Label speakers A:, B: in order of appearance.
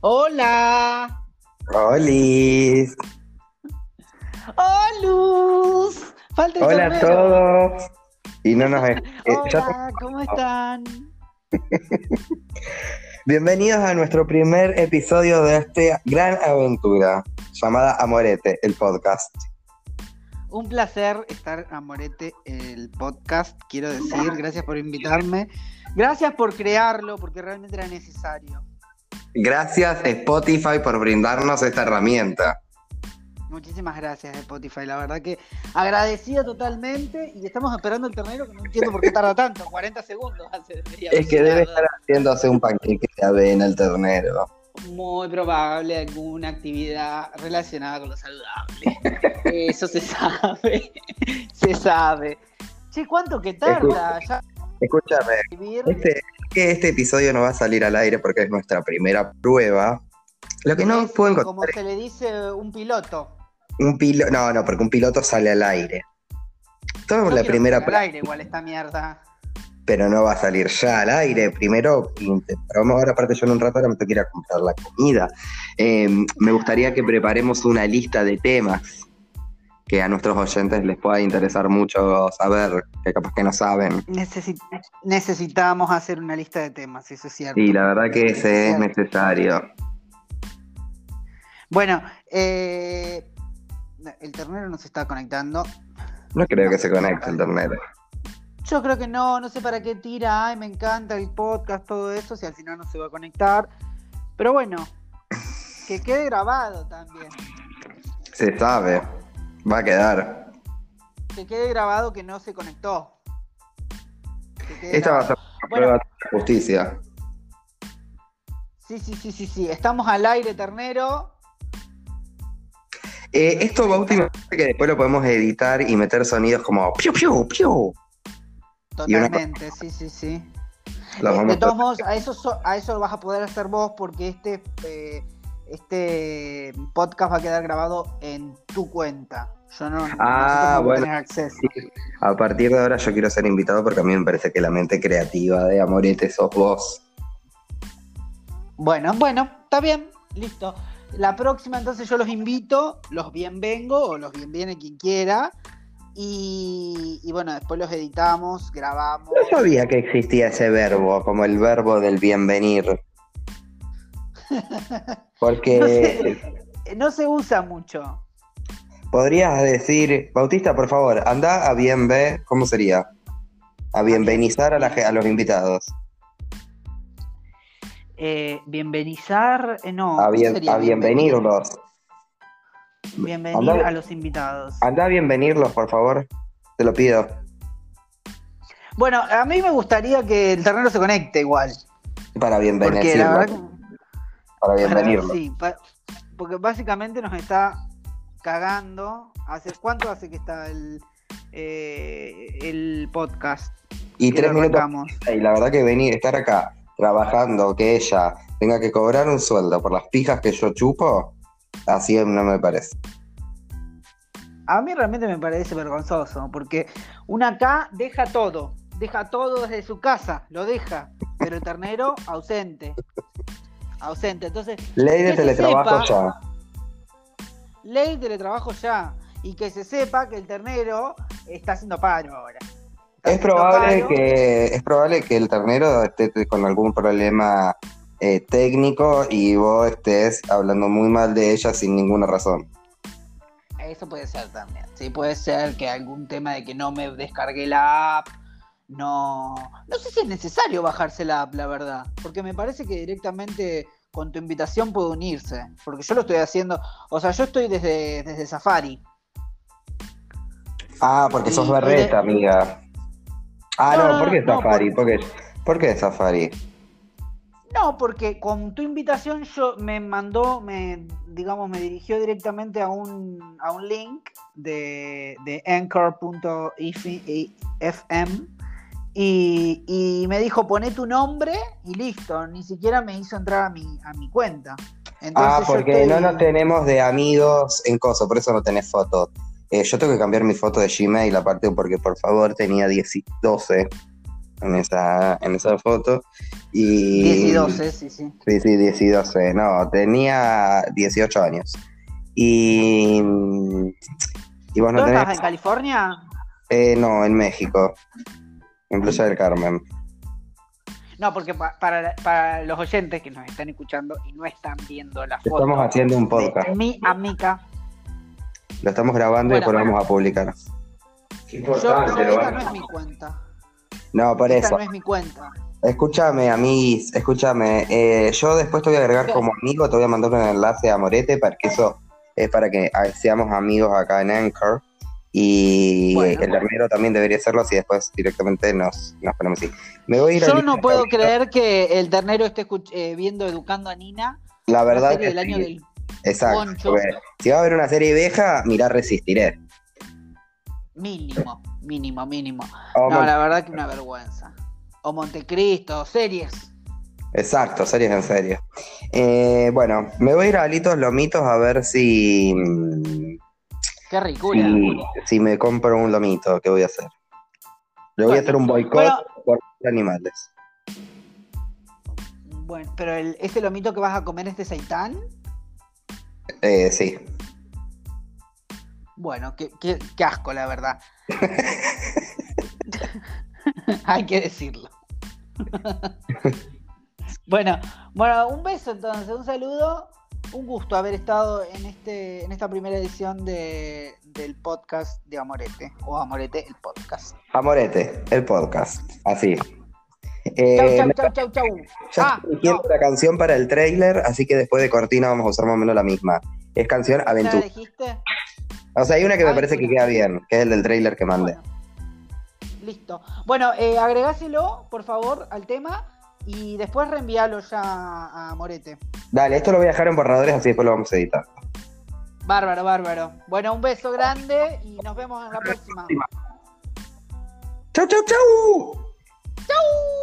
A: Hola.
B: Hola.
A: ¡Oh, Luz! Falta el
B: Hola a
A: sombrero.
B: todos. Y no nos... eh, ya te-
A: Hola, ¿cómo están?
B: Bienvenidos a nuestro primer episodio de esta gran aventura llamada Amorete, el podcast.
A: Un placer estar a Morete el podcast, quiero decir. Gracias por invitarme. Gracias por crearlo, porque realmente era necesario.
B: Gracias Spotify por brindarnos esta herramienta.
A: Muchísimas gracias, Spotify. La verdad que agradecida totalmente. Y estamos esperando el ternero, que no entiendo por qué tarda tanto. 40 segundos hace. debería haber
B: Es que debe
A: llegado.
B: estar haciéndose un panqueque de avena el ternero.
A: Muy probable alguna actividad relacionada con lo saludable. Eso se sabe. Se sabe. Che, ¿cuánto que tarda ya
B: Escúchame,
A: escribir?
B: este, que este episodio no va a salir al aire porque es nuestra primera prueba. Lo que no puedo
A: Como
B: encontrar
A: se le dice un piloto.
B: es un piloto... No, no, porque un piloto sale al aire. Todo
A: No
B: la
A: quiero
B: primera
A: sacar al aire igual esta mierda.
B: pero no va a salir ya al aire. Primero, vamos ahora, aparte yo en un rato ahora me tengo que ir a comprar la comida. Eh, me gustaría que preparemos una lista de temas que a nuestros oyentes les pueda interesar mucho saber, que capaz que no saben.
A: Necesi- necesitamos hacer una lista de temas, eso es cierto.
B: Y la verdad que ese es necesario.
A: Bueno, eh, el ternero nos está conectando.
B: No creo que se conecte el ternero.
A: Yo creo que no, no sé para qué tira, ay, me encanta el podcast, todo eso, si al final no se va a conectar. Pero bueno, que quede grabado también.
B: Se sabe. Va a quedar.
A: Que quede grabado que no se conectó. Que quede
B: Esta va a
A: grabado.
B: ser una
A: Bueno.
B: prueba de justicia.
A: Sí, sí, sí, sí, sí. Estamos al aire, ternero.
B: Eh, esto va últimamente que después lo podemos editar y meter sonidos como piu piu piu. Y una-
A: Totalmente, sí, sí, sí.
B: Los
A: Eh,
B: vamos
A: de
B: a-
A: todos modos, a eso, so- a eso lo vas a poder hacer vos porque este, eh, este podcast va a quedar grabado en tu cuenta. Yo no, nosotros
B: Ah,
A: no voy a
B: bueno.
A: tener acceso.
B: A partir de ahora yo quiero ser invitado porque a mí me parece que la mente creativa de Amorete sos vos.
A: Bueno, bueno, está bien, listo. La próxima entonces yo los invito, los bienvengo o los bienviene quien quiera. Y, y bueno, después los editamos, grabamos.
B: No sabía que existía ese verbo, como el verbo del bienvenir. Porque
A: No sé. No se usa mucho.
B: podrías decir, Bautista, por favor, anda a bienve, ¿cómo sería? A bienvenizar a, la ge- a los invitados.
A: Eh, bienvenizar, eh, no.
B: A,
A: ¿cómo
B: bien-
A: sería?
B: a bienvenirlos.
A: Bienvenir
B: Andá- Ah.
A: a los invitados.
B: Anda a bienvenirlos, por favor. Te lo pido.
A: Bueno, a mí me gustaría que el ternero se conecte igual.
B: Para
A: Porque la verdad
B: bienvenirlos.
A: que-
B: Para bienvenirlos.
A: sí, pa- porque básicamente nos está cagando. ¿Hace cuánto hace que está el, eh, el podcast?
B: Y
A: Que
B: tres
A: lo
B: minutos
A: arrancamos.
B: Y la verdad que venir, estar acá trabajando, que ella tenga que cobrar un sueldo por las pijas que yo chupo, así no me parece.
A: A mí realmente me parece vergonzoso, porque una acá deja todo, deja todo desde su casa, lo deja, pero el ternero ausente. Ausente. Entonces,
B: Ley
A: Que
B: de
A: se
B: teletrabajo
A: sepa. ley teletrabajo ya. Y que se sepa que el ternero está haciendo paro ahora. Está
B: ya. Es
A: haciendo
B: probable
A: paro.
B: que es probable que el ternero esté t- con algún problema eh, técnico y vos estés hablando muy mal de ella sin ninguna razón.
A: Eso puede ser también. Sí, puede ser que algún tema de que no me descargué la app. No. No sé si es necesario bajarse la app, la verdad. Porque me parece que directamente con tu invitación puede unirse. Porque yo lo estoy haciendo. O sea, yo estoy desde, desde Safari.
B: Ah, porque sos
A: Y-
B: berreta,
A: y de-
B: amiga. Ah,
A: No,
B: no,
A: no,
B: ¿por qué
A: no,
B: Safari?
A: por-
B: ¿Por qué, por qué Safari?
A: No, porque con tu invitación yo me mandó, me, digamos, me dirigió directamente a un, a un link de, de anchor.fm y, y me dijo poné tu nombre y listo, ni siquiera me hizo entrar a mi, a mi cuenta. Entonces
B: Ah,
A: yo
B: porque
A: estoy-
B: no nos tenemos de amigos en coso, por eso no tenés fotos. Eh, yo tengo que cambiar mi foto de Gmail aparte porque por favor tenía 10 y 12 en esa, en esa foto Y...
A: 10 y 12, sí, sí.
B: Sí, sí, 10 y 12. No, tenía 18 años. Y. Y vos no
A: ¿Tú estás
B: tenés.
A: en California?
B: Eh, no, en México. En Playa del Carmen.
A: No, porque pa- para, para los oyentes que nos están escuchando y no están viendo la foto.
B: Estamos haciendo un podcast.
A: de Mi amiga.
B: Lo estamos grabando
A: Bueno,
B: y después lo
A: bueno.
B: vamos a publicar.
A: Yo, no,
B: lo
A: esta
B: van
A: no
B: a-
A: es mi cuenta.
B: No, por
A: Esta
B: eso.
A: no es mi cuenta.
B: Escúchame, amiguis, escúchame. Eh, yo después te voy a agregar como amigo, te voy a mandar un enlace a Morete para que eso es para que ah, seamos amigos acá en Anchor. Y
A: Bueno,
B: el
A: bueno.
B: armero también debería hacerlo así después directamente nos, nos ponemos así. Me voy a ir a
A: Yo
B: Lisa
A: no puedo
B: ahorita.
A: creer que el ternero esté escuch- eh, viendo Educando a Nina.
B: La
A: la
B: verdad
A: serie
B: que
A: del año
B: sí.
A: del
B: Exacto.
A: Poncho.
B: porque Si va a haber una serie vieja, mirá, resistiré.
A: mínimo, mínimo, mínimo.
B: O
A: no,
B: Mon-
A: la verdad que una vergüenza. O Montecristo, series.
B: Exacto, series en serio. Eh, bueno, me voy a ir a Alitos Lomitos a ver si, mm,
A: Qué ricura.
B: si, si me compro un lomito. ¿Qué voy a hacer? Le voy a hacer un boicot
A: Bueno.
B: por animales.
A: Bueno, pero el, este lomito que vas a comer es de seitán.
B: Eh, sí.
A: Bueno, qué, qué- qué asco, la verdad. Hay que decirlo. bueno, bueno, un beso entonces, un saludo. Un gusto haber estado en este, en esta primera edición de, del podcast de Amorete. O Amorete, el podcast.
B: Amorete, el podcast. Así. Eh,
A: Chau, chau,
B: me-
A: chau, chau, chau.
B: ya
A: Ah,
B: estoy eligiendo la canción para el trailer, así que después de Cortina vamos a usar más o menos la misma. Es canción
A: ¿Ya la
B: Aventura.
A: dijiste?
B: O sea, hay una que me parece que
A: Aventura.
B: queda bien, que es el del trailer que mandé.
A: Bueno, listo. Bueno, eh, agregáselo, por favor, al tema. Y después reenvíalo ya a Morete.
B: Dale, esto lo voy a dejar en borradores, así después lo vamos a editar.
A: Bárbaro, bárbaro. Bueno, un beso grande y nos vemos en la próxima.
B: ¡Chau, chau, chau!
A: ¡Chau!